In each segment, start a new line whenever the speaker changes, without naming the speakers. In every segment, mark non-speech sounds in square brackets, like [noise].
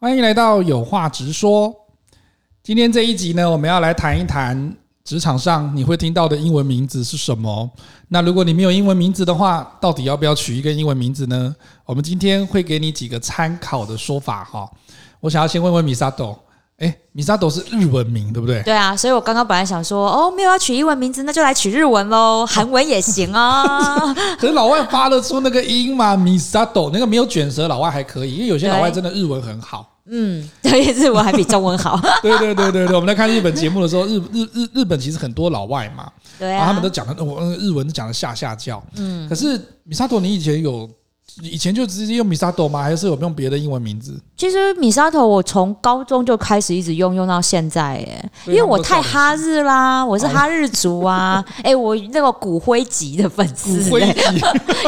欢迎来到有话直说。今天这一集呢，我们要来谈一谈职场上你会听到的英文名字是什么。那如果你没有英文名字的话，到底要不要取一个英文名字呢？我们今天会给你几个参考的说法哈。我想要先问问米沙斗，哎，米沙斗是日文名对不
[laughs]
对？
对啊，所以我刚刚本来想说，哦，没有要取英文名字，那就来取日文
[laughs]
喽，韩文也行啊。
可是老外发得出那个音嘛？米沙斗那个没有卷舌，老外还可以，因为有些老外真的日文很好。
嗯，对，日文还比中
[laughs]
文好。
对对对对对，我们在看日本节目的时候，日日日日本其实很多老外嘛，
对
然后
啊，
他们都讲的我呃日文都讲的下下叫。嗯，可是米沙朵，你以前有以前就直接用米沙朵吗？还是有用别的英文名
[laughs]
字？
其实米沙头，我从高中就开始一直用，用到现在耶，
对
因为我太哈日啦，我是哈日族啊， [laughs] 哎、我那个骨灰级的粉丝，
哦灰
对
级。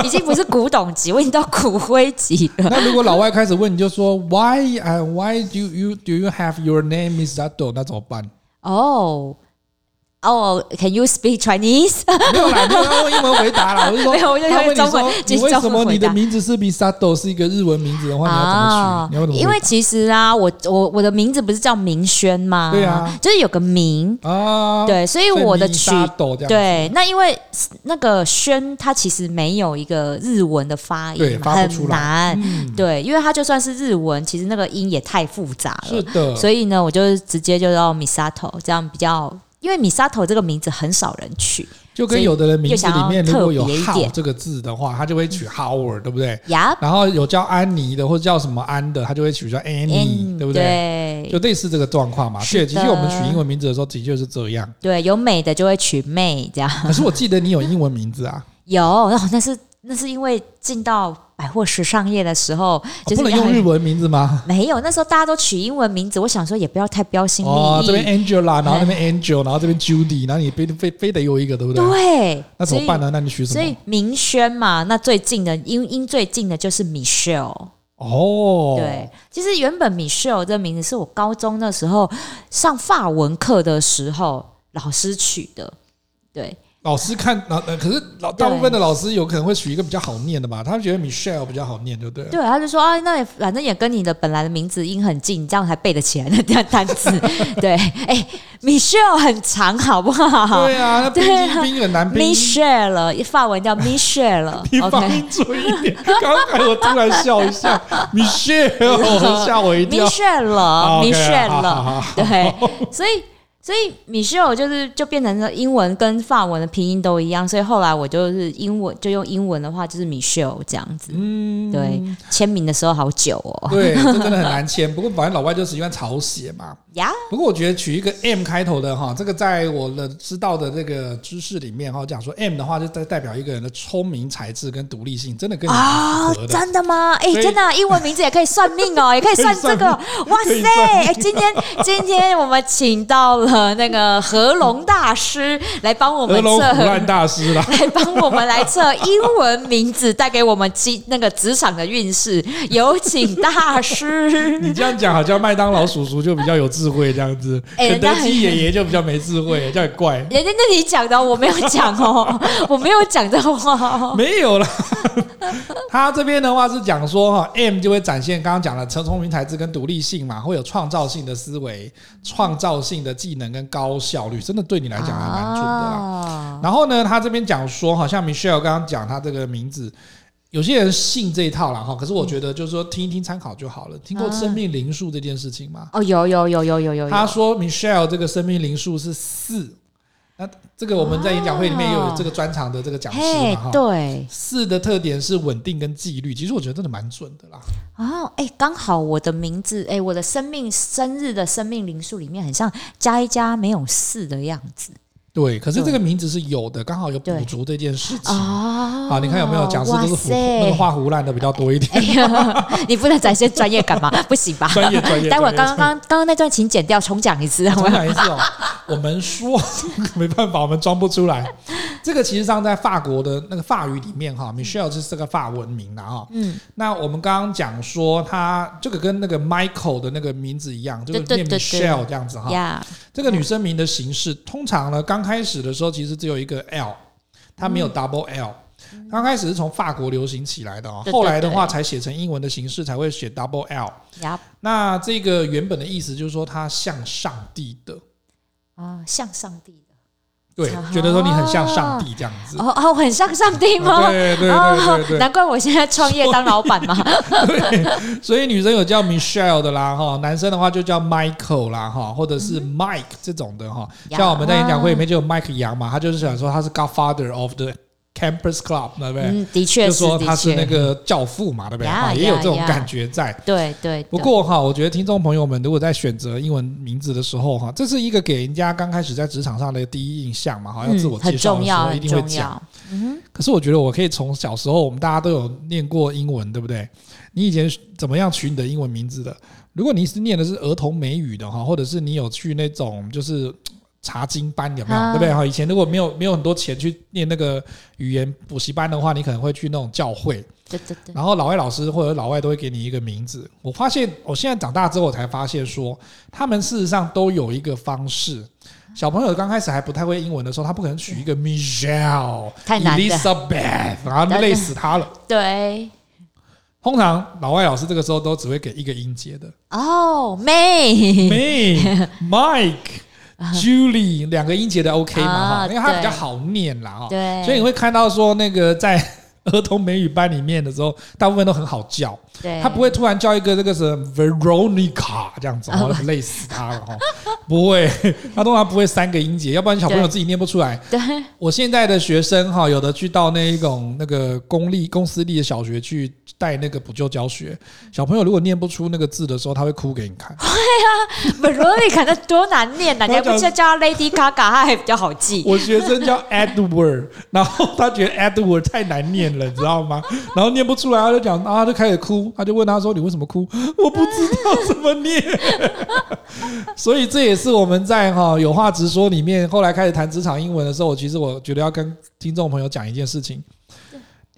已经不是古董级，我已经到骨灰级
[laughs] [laughs]
了。
那如果老外开始问，你就说 Why 啊、Why do you do you have your name Miss Sato？那怎么办？
哦哦，Can you speak Chinese？
没有啦，没有要用英文回答
[laughs]
啦。我是说，
没有我就
他问你
用中文
说你为什
中
么
文回答
你的名字是 Miss Sato 是一个日文名字的哦话，你要怎么取？你要怎么回答？
啊因为其实啊，我我我的名字不是叫明轩吗？
对啊，
就是有个明，
啊，
对，所以
所以
我的
Miss
取
Sato 这样
对，那因为那个轩它其实没有一个日文的发
对
音，
发不出
很
来
难，
嗯
对，因为它就算是日文，其实那个音也太复杂
是
了，
的，
所以呢，我就直接就叫 Misato，这样比较。因为 Misato 这个名字很少人取
就跟有的人名字里面
所以就想
如
要
果有
特别一
“how”
点嗯
这个字的话，他就会取 “Howard”，对不对？
呀，
然后有叫安妮的或者叫什么安的，他就会取叫 Annie，
嗯
对不对？
对
就类似这个状况嘛。
是
对，
的
的确我们取英文名字的时候的确是这
[laughs]
样。
对，有美的就会取妹这样。
可是我记得你有英文名字
[laughs]
啊，
有，哦那是那是因为进到百货时尚业的时候，
哦
就是
不能
要
用日文名字吗？
没有，那时候大家都取英文名字，我想说也不要太标新立异。
哦，这边 Angela，然后
嗯
那边 Angel，然后这边 Judy，然后你非非非得有一个，对不对？啊
对，
那怎么办呢？那你取什
所以？所
么
以？明轩嘛，那最近的音音最近的就是 Michelle。
哦，
对，，其实原本 Michelle 这名字是我高中那时候上法文课的时候老师取的。对，
老师看，老呃可是老大部分的老师有可能会取一个比较好念的吧，他们觉得 Michelle 比较好念，对不对了？
对，他就说啊，那也反正也跟你的本来的名字音很近，这样才背得起来那这样单
[laughs]
词。对，哎、m i c h e l l e 很长，好不好
对啊，那冰
对
冰
啊
冰很难冰。
？Michelle 了，法文叫 Michelle 了
[laughs] 你发
，OK。
音准一点。刚才我突然笑一
[laughs]
下，Michelle 吓我一跳。
Michelle
啊
了
，OK，
，Michelle
好好
了
好，
对，所以所以 Michelle 就是就变成了英文跟法文的拼音都一样，所以后来我就是英文就用英文的话就是 Michelle 这样子，
嗯，
对，签名的时候好久哦，
对，这真的很难签。不过反正老外就习惯草写嘛。
呀，
不过我觉得取一个 M 开头的哈，这个在我的知道的这个知识里面哈，讲说 M 的话就代代表一个人的聪明才智跟独立性，真的跟你
啊
蛮符合，的。
真的吗？哎、
所以
真的啊、英文名字也可以算命
[laughs]
哦，也可以算这个。哇
可以
塞！
算
哎今天今天我们请到了那个合龙大师来帮我
俄
们
龙腐
测，
烂大师啦，
[laughs] 来帮我们来测英文名字带给我们机那个职场的运势。有请
[laughs]
大师。
你这样讲好像麦当劳叔叔就比较有智慧这样子，肯
哎人
德
家
基爷爷就比较没智慧，这样很怪。
人家那你讲的哦，我没有
[laughs]
讲哦，我没有讲这话哦。
没有啦， [laughs] 他这边的话是讲说哈，M 就会展现刚刚讲的聪明才智跟独立性嘛，会有创造性的思维、创造性的技能跟高效率，真的对你来讲还蛮准的啦。
啊
然后呢，他这边讲说，好像 Michelle 刚刚讲他这个名字，有些人信这一套啦哈，可是我觉得就是说听一听参考就好了。听过生命灵数这件事情吗？
哦，有有有有有有有，
他说 Michelle 这个生命灵数是四，那这个我们在演讲会里面也有这个专场的这个讲师
嘿
嘛哈，。
对。
四的特点是稳定跟纪律，其实我觉得真的蛮准的啦。
哦，哎、刚好我的名字，哎、我的生命生日的生命灵数里面，很像加一加没有四的样子
对，可是
对
这个名字是有的，刚好有补足这件事情。啊
哦
好，你看有没有讲师都是胡那个
话？
画胡乱的比较多一点， [laughs]
哎呀， [laughs] 你不能展现专业感吗？不行吧？
专业专业。
待会儿
专业
刚刚刚刚刚那段请剪掉，重讲
[laughs]
一次。
重讲一次哦，我们说没办法，我们装不出来。这个其实上在法国的那个法语里面哈，Michelle 就是这个法文名啦哈。
嗯，
那我们刚刚讲说他这个跟那个 Michael 的那个名字一样，就是
对
念
对对
Michelle 这样子哈。
呀，
这个女生名
嗯
的形式，通常呢，刚开始的时候其实只有一个 L，它没有 double L，、刚开始是从法国流行起来的哦，
对对
后来的话
对
才写成英文的形式，才会写 double L。
呀
那这个原本的意思就是说它像上帝的，
啊，像上帝的
对
啊，
觉得说你很像上帝这样子。
哦哦，我很像上帝吗？
啊对对
哦
对，对对
难怪我现在创业当老板嘛。
[laughs] 对，所以女生有叫 Michelle 的啦哈，男生的话就叫 Michael 啦哈，或者是 Mike 这种的哈。
嗯呀
像我们在演讲会里面就有 Mike 杨嘛，他就是想说他是 Godfather of the Campus Club，对不对？
嗯，的确，
就是说他
的
是那
确，
个教父嘛，对不对？
呀
哈也有
呀
这种
呀
感觉在。
对对。
不
对
过哈，我觉得听众朋友们如果在选择英文名字的时候哈，这是一个给人家刚开始在职场上的第一印象嘛，哈，要
嗯
自我介
很
绍的
重
时
要，
候一
很
定会
重
讲。
要。
可是我觉得我可以从小时候我们大家都有念过英文，对不对？你以前怎么样取你的英文名字的？如果你是念的是儿童美语的哈，或者是你有去那种就是嘖查经班有没有？
啊
对不对哈？以前如果没有没有很多钱去念那个语言补习班的话，你可能会去那种教会。
对对对，
然后老外老师或者老外都会给你一个名字。我发现我现在长大之后，我才发现说，他们事实上都有一个方式。小朋友刚开始还不太会英文的时候，他不可能取一个 Michelle、
太难了
Elizabeth，然后累死他了。
对
通常老外老师这个时候都只会给一个音节的
哦，妹 [laughs]
May、Mike、Julie 两个音节的 OK 嘛哈，
啊
因为它比较
对
好念啦哈。
对，
所以你会看到说那个在儿童美语班里面的时候，大部分都很好叫。
对
他不会突然叫一个这个什么 Veronica 这样子，
哦
哦，累死他了哈、哦！不会，他通常不会三个音节，要不然小朋友自己念不出来。
对 [laughs]
我现在的学生哈、有的去到那一种那个公立、公私立的小学去带那个补救教学，小朋友如果念不出那个字的时候，他会哭给你看。
Veronica 那多难念呐、
我
你还不
讲
叫叫她 Lady Gaga，她还比较好记。
我学生叫 Edward，然后他觉得 Edward 太难念了，你知道吗？然后念不出来，他就讲，然啊后他就开始哭，他就问他说：“你为什么哭？” [laughs] 我不知道怎么念。 [laughs] 所以这也是我们在哈、有话直说里面，后来开始谈职场英文的时候，我其实我觉得要跟听众朋友讲一件事情。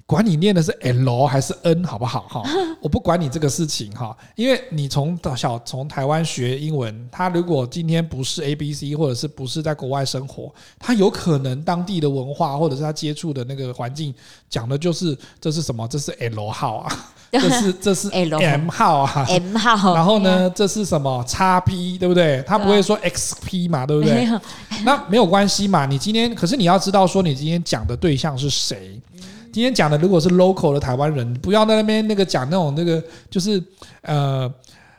管你念的是 L 还是 N 好不好哈？我不管你这个事情哈，因为你从小从台湾学英文，他如果今天不是 A B C，或者是不是在国外生活，他有可能当地的文化或者是他接触的那个环境讲的就是这是什么？这是 L 号啊，这是这是
L 哎
M 号
[laughs]
啊。
M 号，
然后呢，这是什么叉 P 对不对？他不会说 XP 嘛，对不
没
对？
有？
[laughs] 那没有关系嘛，你今天可是你要知道说你今天讲的对象是谁。今天讲的如果是 local 的台湾人，不要在那边那个讲那种那个就是呃。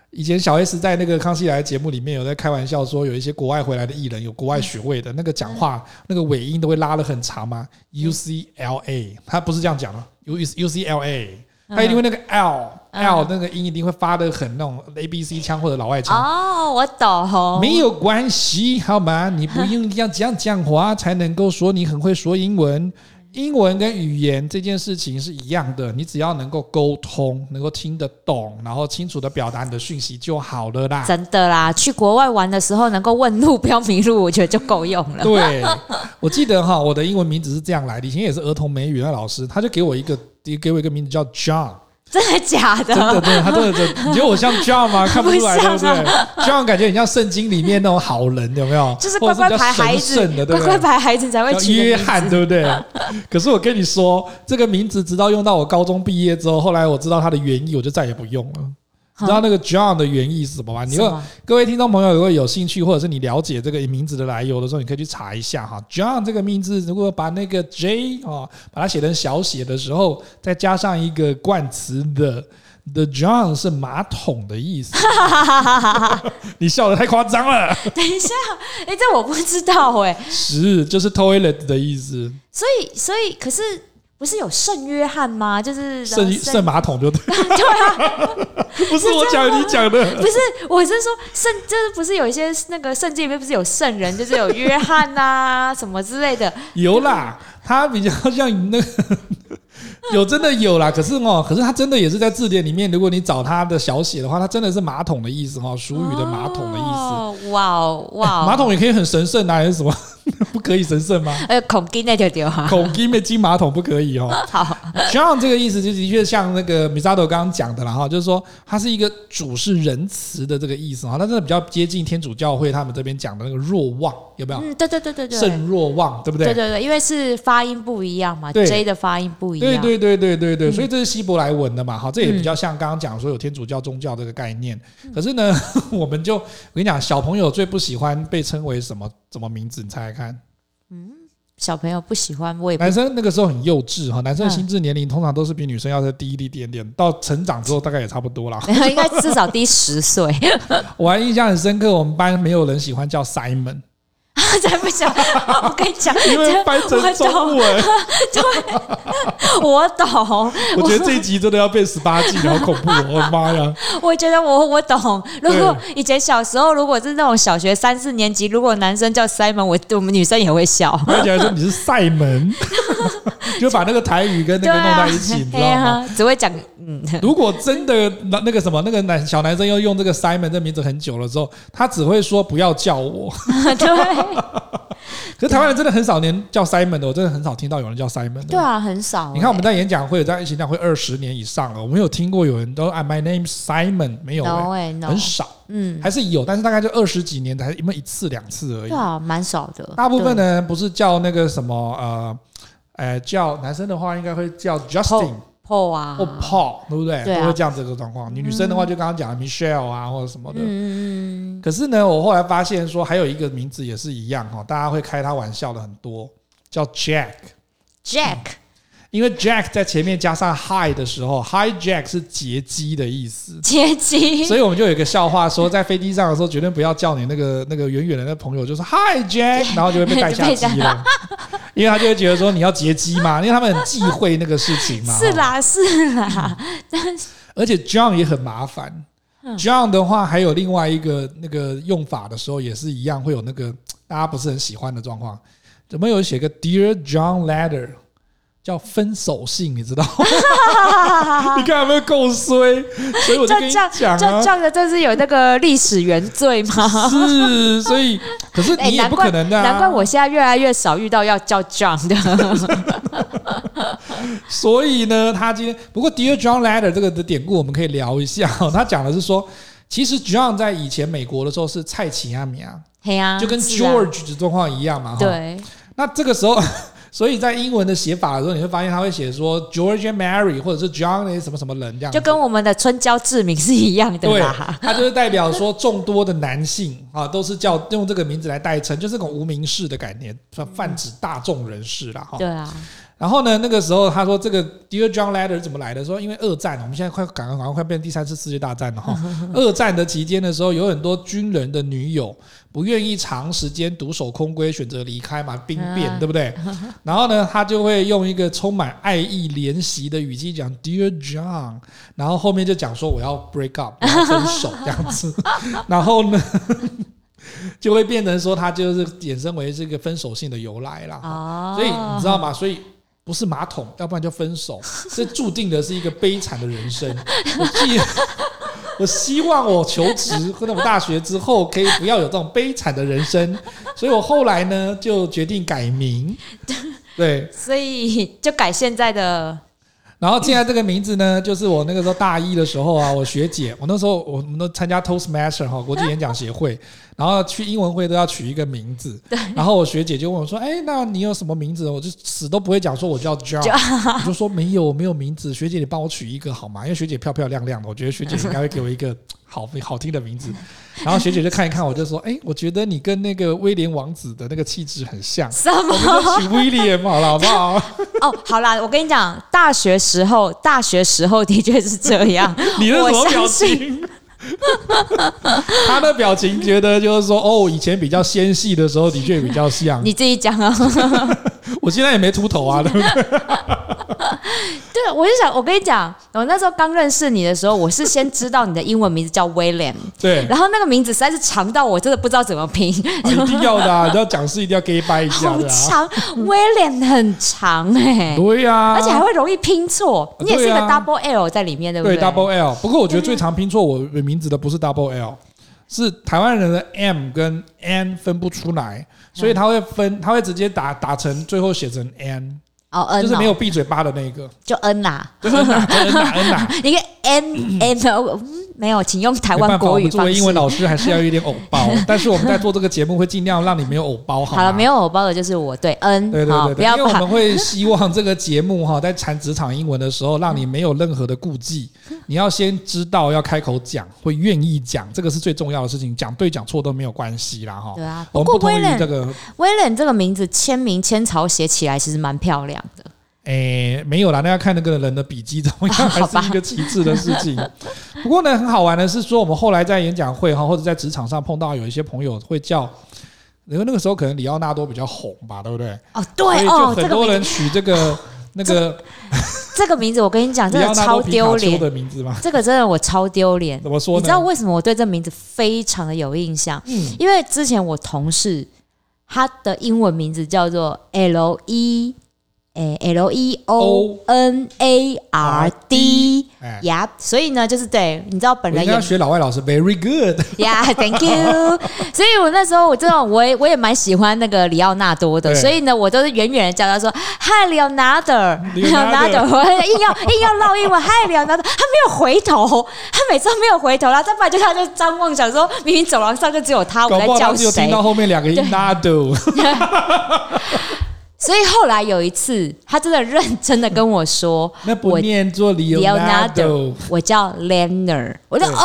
以前小 S 在那个《康熙来》节目里面有在开玩笑说，有一些国外回来的艺人有国外学位的，那个讲话那个尾音都会拉得很长嘛。UCLA，他不是这样讲的，U UCLA，他一定会那个 L、
嗯
L 那个音一定会发得很那种 ABC 腔或者老外腔。
哦，我懂，
没有关系，好吗？你不用要这样讲话才能够说你很会说英
嗯
文。英文跟语言这件事情是一样的，你只要能够沟通，能够听得懂，然后清楚的表达你的讯息就好了啦。
真的啦。去国外玩的时候能够问路，不要迷路，我觉得就够用了。
对，我记得哈，我的英文名字是这样来的，以前也是儿童美语的老师，他就给我一个，给我一个名字叫
[laughs]
John，
真的假
真的
的？
真的，他真的真的，你觉得我像 John 吗？看不出来，
[laughs]
对
不像
不
啊
对？John 感觉很像圣经里面那种好人，有没有？
就是乖乖
或者是
牌
比较
孩
神圣的，
子，
对
乖
不对
乖？牌孩子才会
叫
取的
约
名
翰，
字
对不 [laughs] 对？可是我跟你说，这个名字直到用到我高中毕业之后，后来我知道它的原意，我就再也不用了。你知道那个 John 的原意是什么吗？你
什
问
么
各位听众朋友，如果有兴趣，或者是你了解这个名字的来由的时候，你可以去查一下哈。John 这个名字，如果把那个 J 哦，把它写成小写的时候，再加上一个冠词的 The John 是马桶的意
[laughs]
思。 [laughs] 你笑得太夸张了，
等一下，哎、这我不知道哎、
是就是 toilet 的意思，
所以，所以，可是不是有圣约翰吗？就是
剩剩马桶就对。
[laughs] 对啊，
[laughs] 不是我讲你讲的， [laughs]
不是，啊我是说圣，就是不是有一些那个圣经里面不是有圣人，就是有约翰呐、什么之类的，
有啦，它比较像那个 [laughs] 有真的有啦，可是哦，可是它真的也是在字典里面，如果你找它的小写的话，它真的是马桶的意思哦，俗语的马桶的意思。
思。哇哦哇哦，
马桶也可以很神圣啊，还是 [laughs] 什么？不可以神圣吗？
呃，孔金那条条哈，
孔金的金马桶不可以哦。
好，
John 这个意思就的确像那个 Misato 刚刚讲的啦哈，就是说它是一个主是仁慈的这个意思哈，它真的比较接近天主教会他们这边讲的那个若望，有 [laughs] 没有？
嗯，对对对对对，
圣若望，对不
对对对，因为是发音不一样嘛
对
，J 的发音不一
对
样，
对对对对对，所以这是希伯来文的嘛，哈，这也比较像刚刚讲说有天主教宗教这个概念。可是呢，我们就我跟你讲，小朋友最不喜欢被称为什么什么名字？你猜猜看。
小朋友不喜欢，我也不。
男生那个时候很幼稚哈，男生的心智年龄通常都是比女生要再低一点点，到成长之后大概也差不多啦
[laughs] 应该至少低十岁， [laughs]
我还印象很深刻，我们班没有人喜欢叫 Simon，
才不想。 [laughs] 我跟你讲，
因为
这
翻成中
[laughs]
文，
我懂，
[laughs] 我觉得这一集真的要变十八禁，好恐怖、哦！我的妈呀！
[laughs] 我觉得我我懂。如果以前小时候，如果是那种小学三四年级，如果男生叫 Simon，我我们女生也会笑。
而且还说你是塞
[laughs]
门，就把那个台语跟那
[laughs] 对
个弄
啊
在一起，你，知
哎
道吗？
呀，只会讲嗯，
如果真的那那个什么那个男小男生要用这个 Simon 这名字很久了之后，他只会说不要叫我。
对
[laughs] 可是台湾人真的很少连叫 Simon 的，我真的很少听到有人叫 Simon 的。
对啊，很少欸。
你看我们在演讲会，在演讲会二十年以上了，我没有听过有人都啊，My name is Simon，没有、
no
欸，
哎 no，
很少，
嗯，
还是有，但是大概就二十几年才有没有一次两次而已
对。啊，蛮少的。
大部分
对
的人不是叫那个什么呃，呃，叫男生的话应该会叫 Justin
Paul 啊，
或 Paul，对不对？
对啊嗯
都会这样子的状况。你女生的话就刚刚讲的 Michelle 啊或者什么的。
嗯嗯嗯
可是呢，我后来发现说还有一个名字也是一样哈，大家会开他玩笑的很多，叫 Jack。
，Jack
嗯因为 Jack 在前面加上 Hi 的时候，Hi Jack 是劫机的意思，
接机，
所以我们就有一个笑话说，在飞机上的时候绝对不要叫你那个那个远远的那朋友，就是 Hi Jack，然后就会被带下机
[laughs]
了，因为他就会觉得说你要劫机嘛，因为他们很忌讳那个事情嘛。
[laughs] [laughs] 是，啦是啦，
而且 John 也很麻烦。John
嗯
的话，还有另外一个那个用法的时候，也是一样会有那个大家不是很喜欢的状况。怎么有写个 Dear John Letter，叫分手信，你知道吗？ [laughs] 你看有没有够
[laughs]
衰？所以我就
就
跟你
这
讲
样就
啊，
这个，这是有那个历史原罪
[laughs]
吗？
是，所以可是
哎
你也
难
不
怪
可能的、啊
难怪我现在越来越少遇到要叫 John 的，
所以呢，他今天不过 Dear John Letter 这个的典故我们可以聊一下、 [laughs] 哦。他讲的是说，其实 John 在以前美国的时候是蔡奇亚米啊，
嘿呀，
就跟
是啊
George 的状况一样嘛。哈。
对
那这个时候， [laughs] 所以在英文的写法的时候，你会发现他会写说 George and Mary 或者是 John and 什么什么人这样子，
就跟我们的春娇志明是一样的
对 [laughs]
啦，，
它就是代表说众多的男性啊，都是叫用这个名字来代称，就是这种无名氏的概念，泛泛指大众人士啦。哈
[laughs] 对。啊，
然后呢，那个时候他说这个 Dear John Letter 怎么来的？说因为二战，我们现在快赶快赶快变第三次世界大战了哈。二战的期间的时候，有很多军人的女友不愿意长时间独守空闺，选择离开嘛，兵变、
啊
对不对？然后呢，他就会用一个充满爱意怜惜的语气讲 Dear John，然后后面就讲说我要 break up，我要分手这样子，然后呢。 [laughs] 就会变成说，他就是衍生为这个分手性的由来啦。
哦，
所以你知道吗？所以不是马桶，要不然就分手，这注定的是一个悲惨的人生。我既我希望我求职或者我大学之后可以不要有这种悲惨的人生，所以我后来呢就决定改名，对，
所以就改现在的
然后现在这个名字呢，就是我那个时候大一的时候啊，我学姐，我那时候我们都参加 Toastmaster 哈国际演讲协会，然后去英文会都要取一个名字，然后我学姐就问我说：“哎，那你有什么名字？”我就死都不会讲说我叫 John，我就说没有，我没有名字。学姐，你帮我取一个好吗？因为学姐漂漂亮亮的，我觉得学姐应该会给我一个 [laughs] 好好听的名字。然后学姐就看一看，我就说：“哎，我觉得你跟那个威廉王子的那个气质很像，
什
我？ [laughs]
么
们就取威廉好了，好不好？”。
哦，好啦，我跟你讲，大学时候，大学时候的确是这样
[laughs] 你那什
[laughs] 我
么
相
表
信？
情？ [laughs] 他的表情觉得就是说，哦，以前比较纤细的时候的确比较像，
你自己讲啊。
我现在也没秃头啊，对不对？
[laughs] 对，我就想，我跟你讲，我那时候刚认识你的时候，我是先知道你的英文名字叫 William，
[laughs] 对，
然后那个名字实在是长到我真的不知道怎么拼，
啊一定要的、啊，你知道讲师一定要 gay 掰一下
[laughs] 好
的、啊，
长，William 很长哎、
对呀、啊，
而且还会容易拼错。你也是一
对
个
啊
double L 在里面，对不
对
对
double L。不过我觉得最常拼错我名字的不是 double L，是台湾人的 M 跟 N 分不出来，所以他会分，他会直接打打成最后写成 N。
哦，N
就是没
有
有闭嘴巴的那一
[laughs]
个，
就 N 啦，
就恩呐，就恩呐，恩呐。
一个 N N [laughs] 哦嗯没有，请用台
没办
湾
法，
国
我
语
们作
方
为英文
式。
老师还是要有一点偶
[laughs]
包，但是我们在做这个节目会尽量让你没有偶包，好
好了，没
有。
有偶包的就是我对 N，
对对
好，
对
不
对，因
要
为我
把
们会希望这个节目哈， [laughs] 在谈职场英文的时候，让你没有任何的顾忌，
嗯
你要先知道要开口讲，会愿意讲，这个是最重要的事情，讲对讲错都没有关系啦哈
对。啊。
我
不
们不
过
同
威
于这
廉
个，
威廉这个名字签名签草写起来其实蛮漂亮的，
诶，哎没有啦，那要看那个人的笔记怎么样，还
啊好吧
是一个其次的事
[laughs]
情。不过呢，很好玩的是说，我们后来在演讲会哈，或者在职场上碰到有一些朋友会叫，因为那个时候可能里奥纳多比较红吧，对不对？
哦，
所以
对
就
哦， [laughs] 这
很
个
多
名
人取这个那个
这个名字我跟你讲，
里
真
奥
的
纳
超
多皮
丢
卡丘
脸，
的名字嘛？
这个真的我超丢脸。
怎么说
你
呢？
知道为什么我对这名字非常的有印象？
嗯，
因为之前我同事他的英文名字叫做 L E 诶 L E O N
E
A R D，
哎，
呀，所以呢，就是对，你知道本
我
人
应该要
也
学老外老师，very good。
呀、t h a n k you。
[laughs]
所以我那时候我真的我也我也蛮喜欢那个里奥纳多的，
对
所以呢，我都是远远的叫他说 Hi Leonardo，Leonardo，
Leonardo
我硬要硬要绕英文 Hi Leonardo，他没有回头，他每次都没有回头啦，再不然就他就张望，想说明明走廊上就只有他，啊我
搞
在
不好
叫
他只有听
谁
到？后面两个音 nado，
所以后来有一次，他真的认真的跟我说
[laughs] 那不
我
念作 Leonardo。
我叫 Leonard，我说
对
哦，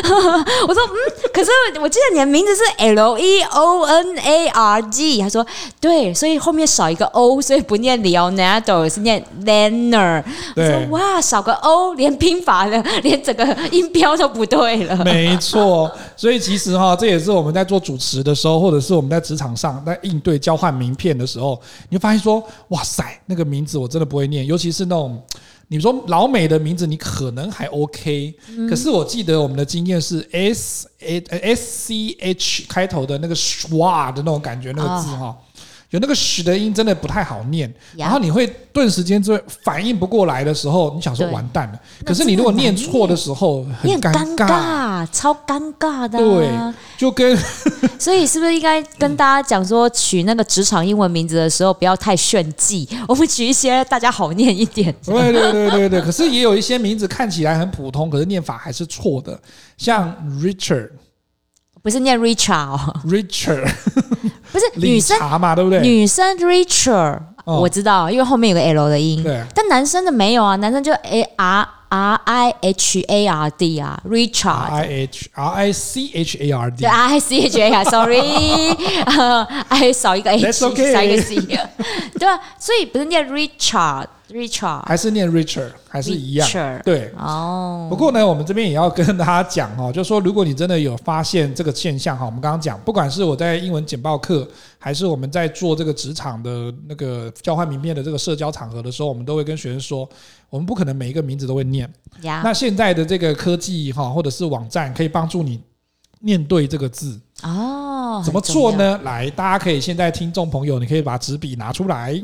[laughs] 我说嗯，可是我记得你的名字是 L E O N A R G，他说对，所以后面少一个 O，所以不念 Leonardo，是念 Leonard。我说
对
哇，少个 O，连拼法的， [laughs] 连整个音标都不对 [laughs] 了。
没错，所以其实哈，这也是我们在做主持的时候，或者是我们在职场上在应对交换名片的时候，你会发现说，哇塞，那个名字我真的不会念，尤其是那种你说老美的名字，你可能还 OK，、可
嗯
是我记得我们的经验是 S A S C H 开头的那个 schwa 的那种感觉，那个字哈。有那个“屎”的音，真的不太好念。
啊呀
然后你会顿时间就会反应不过来的时候，你想说
对
完蛋了。
那
可是你如
真的
果
很
念
难
错的时候，很
你很尴
尬
尬，超尴尬的、
对
啊。，
就跟
所以是不是应该跟大家讲说，取那个职场英文名字的时候不要太炫技，我们取一些大家好念一点的。
对对对对对，可是也有一些名字看起来很普通，可是念法还是错的，像 Richard、
[laughs] 不是念 Richard，、哦、 [laughs]
Richard
不是女
理
生，
查嘛，对不对？
女生 Richard，、
哦
我知道，因为后面有个 L 的音。
对，
但男生的没有啊，男生就 A R R I H A R D 啊
，R
，Richard。
I H R I C H A R D
对。，R I C H
[laughs]
A 啊，sorry，呃，I 少一个 H，
That's okay
少一个 C，对啊，所以不是念 Richard，Richard，
还是念 Richard，还是一样。
Richard
对，
哦，
不过呢，我们这边也要跟大家讲哦，就说如果你真的有发现这个现象哈，我们刚刚讲，不管是我在英文简报课，还是我们在做这个职场的那个交换名片的这个社交场合的时候，我们都会跟学生说，我们不可能每一个名字都会念。
呀，
那现在的这个科技哈，或者是网站可以帮助你面对这个字，
哦，
怎么
很重
做
要？
呢？来，大家可以现在听众朋友，你可以把纸笔拿出来，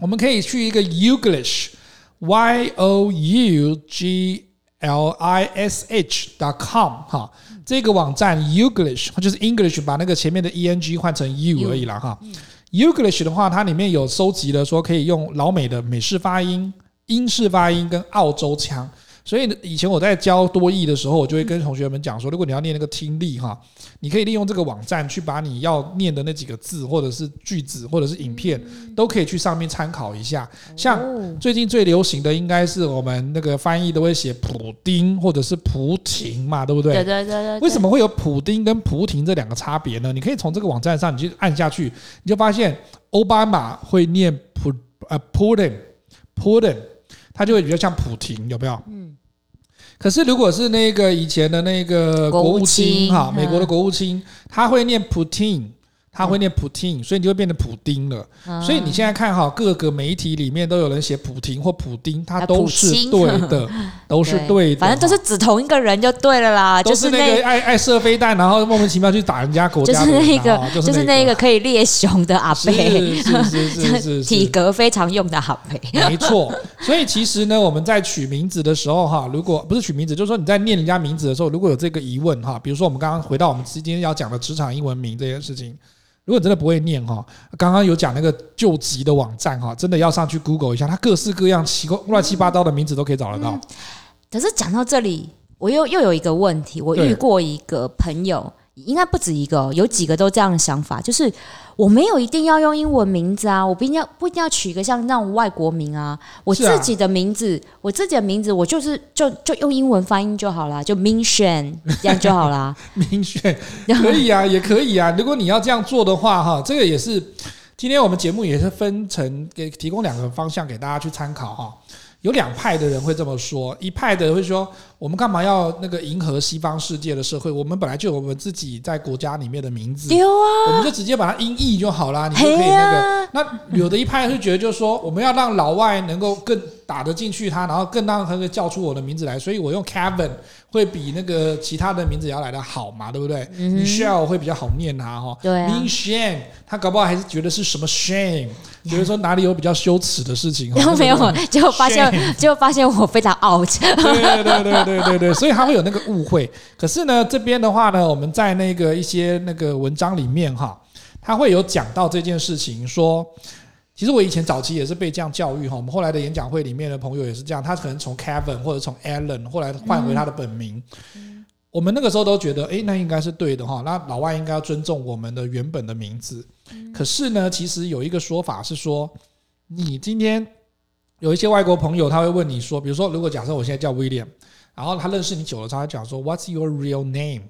我们可以去一个 Youglish，y o u g l i s h dot com 哈，这个网站 Youglish 它就是 English 把那个前面的 e n g 换成 u 而已了
嗯
哈。Youglish 的话，它里面有收集了说可以用老美的美式发音、英式发音跟澳洲腔。所以呢以前我在教多义的时候，我就会跟同学们讲说，如果你要念那个听力哈，你可以利用这个网站去把你要念的那几个字，或者是句子，或者是影片，都可以去上面参考一下。像
哦
最近最流行的应该是我们那个翻译都会写普丁或者是普廷嘛，对不
对对对对，
为什
么？
么会有普丁跟普廷这两个差别呢？你可以从这个网站上，你去按下去，你就发现奥巴马会念普呃 Putin，Putin，它就会比较像普廷，有没有？嗯。可是如果是那个以前的那个
国
国
务
务
卿
卿哈，美国的
嗯
国务卿，他会念 Putin，他会念 Putin，所以你就会变成普丁了。
嗯啊
所以你现在看哈，各个媒体里面都有人写普廷或普丁，它
啊
都
普
是
京
对
[laughs]
的，都是对的，
反正都是指同一个人就对了啦，
都
啊就是是
那个爱爱射飞弹，然后莫名其妙去打人家国
就
家
是
的人
那
啊，
个
哦
就是那个可以猎熊的阿
是
[laughs] 贝，
是是是是
体
是，
格非常用的阿贝。
没错。所以其实呢，我们在取名字的时候哈，如果不是取名字，就是说你在念人家名字的时候，如果有这个疑问哈，比如说我们刚刚回到我们今天要讲的职场英文名这件事情，如果你真的不会念哈，刚刚有讲那个救急的网站哈，真的要上去 Google 一下，它各式各样奇怪乱七八糟的名字都可以找得到。
可是讲到这里，我又又有一个问题，我
对
遇过一个朋友，应该不止一个哦，有几个都这样的想法，就是我没有一定要用英文名字啊，我不一定要不一定要取一个像那种外国名啊，我
是啊
自己的名字，我自己的名字，我就是就就用英文发音就好啦，就 Min Shen 这样就好啦。
[laughs] 明确可以啊，也可以啊。如果你要这样做的话哈，这个也是今天我们节目也是分成给提供两个方向给大家去参考哈。有两派的人会这么说，一派的会说我们干嘛要那个迎合西方世界的社会？我们本来就有我们自己在国家里面的名字，
丢啊，
我们就直接把它音译就好嗯啦，你就可以
嘿
那个。
啊，
那有的一派是觉得，就是说我们要让老外能够更打得进去他，然后更让他能叫出我的名字来，所以我用 Kevin 会比那个其他的名字要来的好嘛，对不对、m i c h e l l e 会比较好念它哈、
嗯对啊
m i s h a n 他搞不好还是觉得是什么 shame，觉得说哪里有比较羞耻的事情，哈
然后 [laughs] 没有，
[laughs]
结果发现
Shame
结果发现我非常 out，
对对对对对对，所以他会有那个误会。可是呢，这边的话呢，我们在那个一些那个文章里面哈，他会有讲到这件事情说。其实我以前早期也是被这样教育哈，我们后来的演讲会里面的朋友也是这样，他可能从 Kevin 或者从 Alan 后来换回他的本名。我们那个时候都觉得，诶，那应该是对的哈，那老外应该要尊重我们的原本的名字。可是呢，其实有一个说法是说，你今天有一些外国朋友他会问你说，比如说，如果假设我现在叫 William，然后他认识你久了，他会讲说 What's your real name？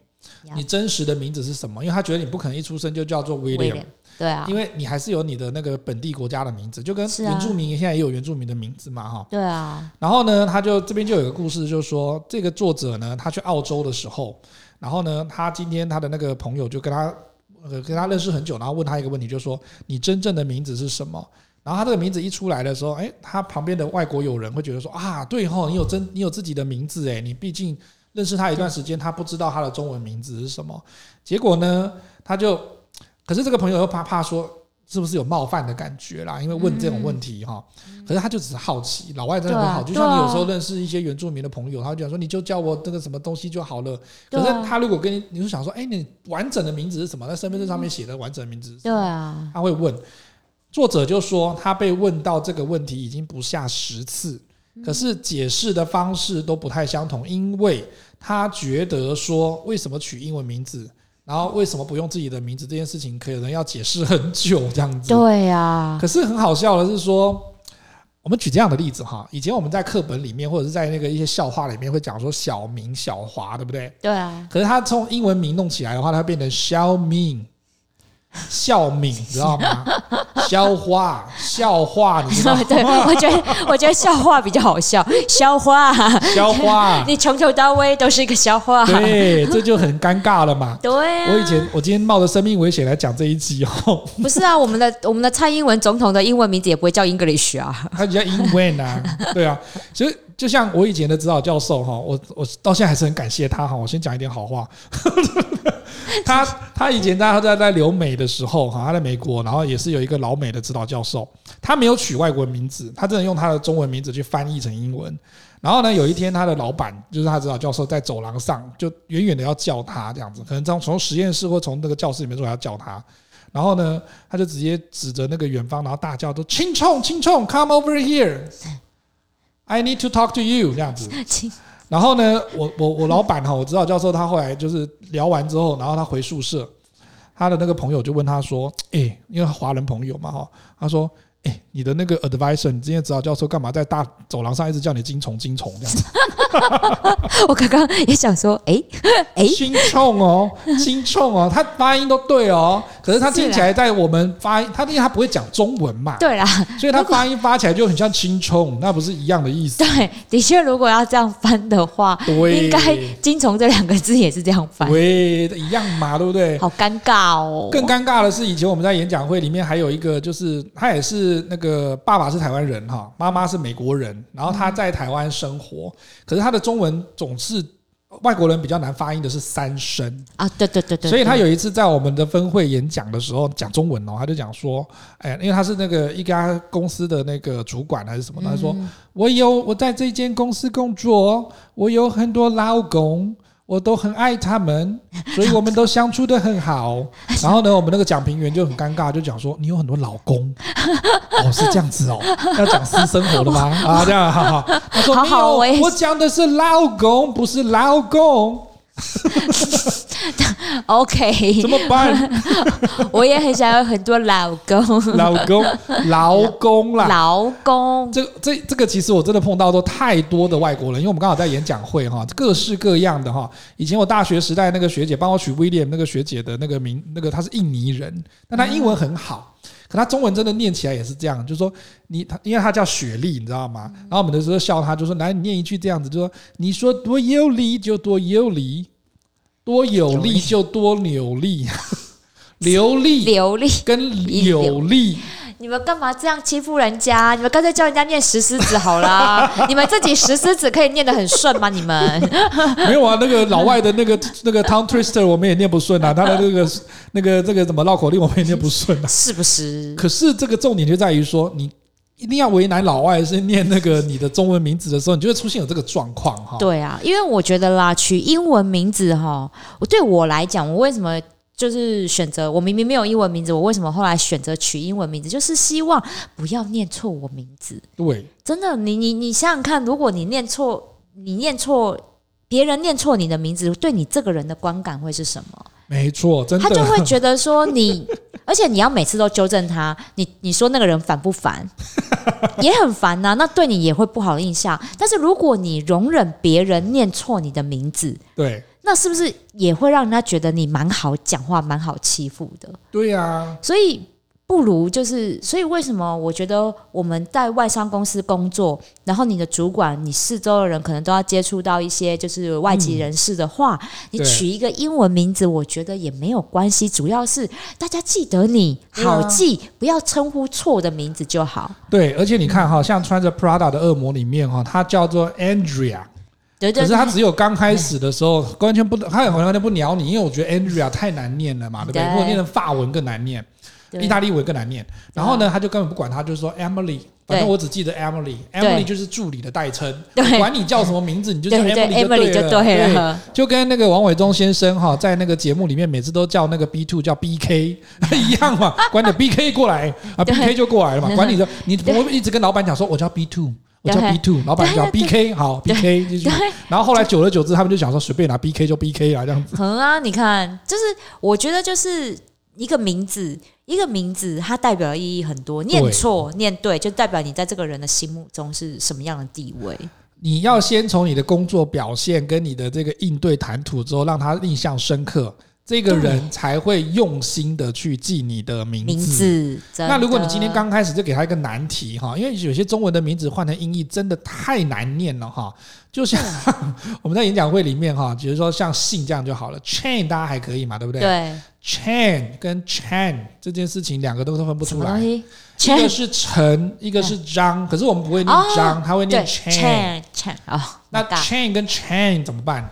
Yeah
你真实的名字是什么？因为他觉得你不可能一出生就叫做 William，
对啊
因，为你还是有你的那个本地国家的名字，就跟
是啊
原住民现在也有原住民的名字嘛，哈。
对啊，
然后呢，他就这边就有一个故事，就是说这个作者呢，他去澳洲的时候，然后呢，他今天他的那个朋友就跟他呃跟他认识很久，然后问他一个问题，就说你真正的名字是什么？然后他这个名字一出来的时候，哎，他旁边的外国友人会觉得说啊，对吼、你有真你有自己的名字哎，你毕竟认识他一段时间，他不知道他的中文名字是什么。结果呢，他就可是这个朋友又怕怕说是不是有冒犯的感觉啦，因为问这种问题哈、可是他就只是好奇，老外真的很好，
嗯对啊
就像你有
对啊
时候认识一些原住民的朋友，他就讲说你就叫我这个什么东西就好了。可
对啊
是他如果跟你，你就想说，哎，你完整的名字是什么？在身份证上面写的完整的名字是什
对
么，
啊，
他会问。作者就说他被问到这个问题已经不下十次，
嗯
可是解释的方式都不太相同，因为他觉得说为什么取英文名字，然后为什么不用自己的名字这件事情，可能要解释很久这样子。
对啊，
可是很好笑的是说，我们举这样的例子哈，以前我们在课本里面或者是在那个一些笑话里面会讲说小明、小华，对不对？
对啊，
可是他从英文名弄起来的话，它会变成肖明、笑
[laughs]
敏，知道吗？肖花、笑话，你知
[laughs]
道
对，
吗？
我觉
[laughs]
得我觉得笑话比较好笑，笑话，
肖花，
[laughs] 你从头到尾都是一个笑话。
对，这就很尴尬了嘛。
对啊，
我以前，我今天冒着生命危险来讲这一集哦，
不是啊，我们的我们的蔡英文总统的英文名字也不会叫 English 啊， [laughs]
他比较英文啊，对啊，所以就像我以前的指导教授哈，我我到现在还是很感谢他哈。我先讲一点好话， [laughs] 他他以前他在在留美的时候哈，他在美国，然后也是有一个老美的指导教授，他没有取外国名字，他真的用他的中文名字去翻译成英文。然后呢，有一天他的老板就是他指导教授在走廊上就远远的要叫他这样子，可能从从实验室或从那个教室里面出来要叫他。然后呢，他就直接指着那个远方，然后大叫说：“青冲，青冲，come over here。” I need to talk to you 这样子。
亲
然后呢，我我我老板哈，我指导教授他后来就是聊完之后，然后他回宿舍，他的那个朋友就问他说：“哎、因为华人朋友嘛哈，他说。”哎、你的那个 advisor，你今天指导教授干嘛在大走廊上一直叫你金虫金虫这样子？
我刚刚也想说，诶诶，
金虫哦，金虫哦，他发音都对哦，可是他听起来在我们发音，他因为他不会讲中文嘛，
对啦，
[laughs] 所以他发音发起来就很像青葱，那不是一样的
[laughs]
意思？
对，的确，如果要这样翻的话，
对
应该“金虫”这两个字也是这样翻，
喂，一样嘛，对不对？
好尴尬哦。
更尴尬的是，以前我们在演讲会里面还有一个，就是他也是那个爸爸是台湾人哈，妈妈是美国人，然后他在台湾生活，可是他的中文总是外国人比较难发音的是三声，
啊，对对对对，
所以他
对
有一次在我们的分会演讲的时候讲中文哦，他就讲说，哎，因为他是那个一家公司的那个主管还是什
嗯
么，他说我有我在这间公司工作，我有很多老公，我都很爱他
[laughs]
们，所以我们都相处的很好。然后呢，我们那个讲评员就很尴尬，就讲说你有很多老
[laughs]
公，哦是这样子哦，要讲私生活的
[laughs]
吗？啊这样，好好。他说
好
没有，
好我也
我讲的是老公，不是老
[laughs]
公，怎
OK，
么办？
我也很想有很多老公、
老公， [laughs] 老公啦，
老公，
这这这个其实我真的碰到都太多的外国人，因为我们刚好在演讲会哈，各式各样的哈。以前我大学时代那个学姐帮我取 William 那个学姐的那个名，那个她是印尼人，但她英文很好，可她中文真的念起来也是这样，就是说你她因为她叫雪莉，你知道吗？然后我们的时候笑她，就说来你念一句这样子，就说你说多有理就多有理，多有力就多扭力， [laughs] 流利
流利。
跟有力。
你们干嘛这样欺负人家？你们干脆叫人家念石狮子好啦！你们自己石狮子可以念得很顺吗？你们 [laughs]
没有啊，那个老外的那个那个 tongue twister 我们也念不顺啊，他的那个那个这个怎么绕口令我们也念不顺啊。
是不是？
可是这个重点就在于说，你一定要为难老外是念那个你的中文名字的时候，你就会出现有这个状况哈。，
对啊，因为我觉得啦，取英文名字哈，我对我来讲，我为什么就是选择我明明没有英文名字，我为什么后来选择取英文名字，就是希望不要念错我名字。
对，
真的，你你你想想看，如果你念错，你念错，别人念错你的名字，对你这个人的观感会是什么？
没错，真
他就
的。
会觉得说
[laughs]
你，而且你要每次都纠正他，你你说那个人烦
[laughs]
不烦？也很烦呐、那对你也会不好印象。但是如果你容忍别人念错你的名字，
对，
那是不是也会让人家觉得你蛮好讲话、蛮好欺负的？
对啊，
所以不如就是，所以为什么我觉得我们在外商公司工作，然后你的主管、你四周的人可能都要接触到一些就是外籍人士的话，
嗯
你
对
取一个英文名字，我觉得也没有关系，主要是大家记得你
对啊
好记，不要称呼错的名字就好。
对，而且你看哈，像穿着 Prada 的恶魔里面哈，他叫做 Andrea，
对对
可是
对
他只有刚开始的时候完全不，他完全不鸟你，因为我觉得 Andrea 太难念了嘛，对不对？
对
如果念成法文更难念。意
对
大利文更难念。然后呢，他就根本不管他，就是说 Emily，反正我只记得 Emily，Emily 就是助理的代称，
对
我管你叫什么名字，你就叫
对对
Emily
就
就对
对
了。
了，
就跟那个王伟忠先生哈，在那个节目里面，每次都叫那个 B two 叫 B K [laughs] 一样嘛，管你 B K 过来啊，B K 就过来了嘛，管你的，你我一直跟老板讲说，我叫 B two。我叫
对
B two，老板叫 B K，好 B K 继续。然后后来久而久之，他们就想说随便拿 B K 就 B K 啊，这样子。
可能啊，你看，就是我觉得就是一个名字，一个名字它代表的意义很多，念错念对就代表你在这个人的心目中是什么样的地位。
你要先从你的工作表现跟你的这个应对谈吐之后，让他印象深刻，这个人才会用心的去记你的名字。
名字，真的
那如果你今天刚开始就给他一个难题哈，因为有些中文的名字换成音译真的太难念了哈。就像
嗯
[laughs] 我们在演讲会里面哈，比如说像姓这样就好了，Chain 大家还可以嘛，对不对
对
Chain 跟 Chan 这件事情两个都是分不
什
出
么
来
东，西
一个
，Chan
是陈，一个是张，可是我们不会念
哦
张，他会
对
念 Chain。
Chan Chan 哦，
那
尴尬
chain 跟 chain 怎么办？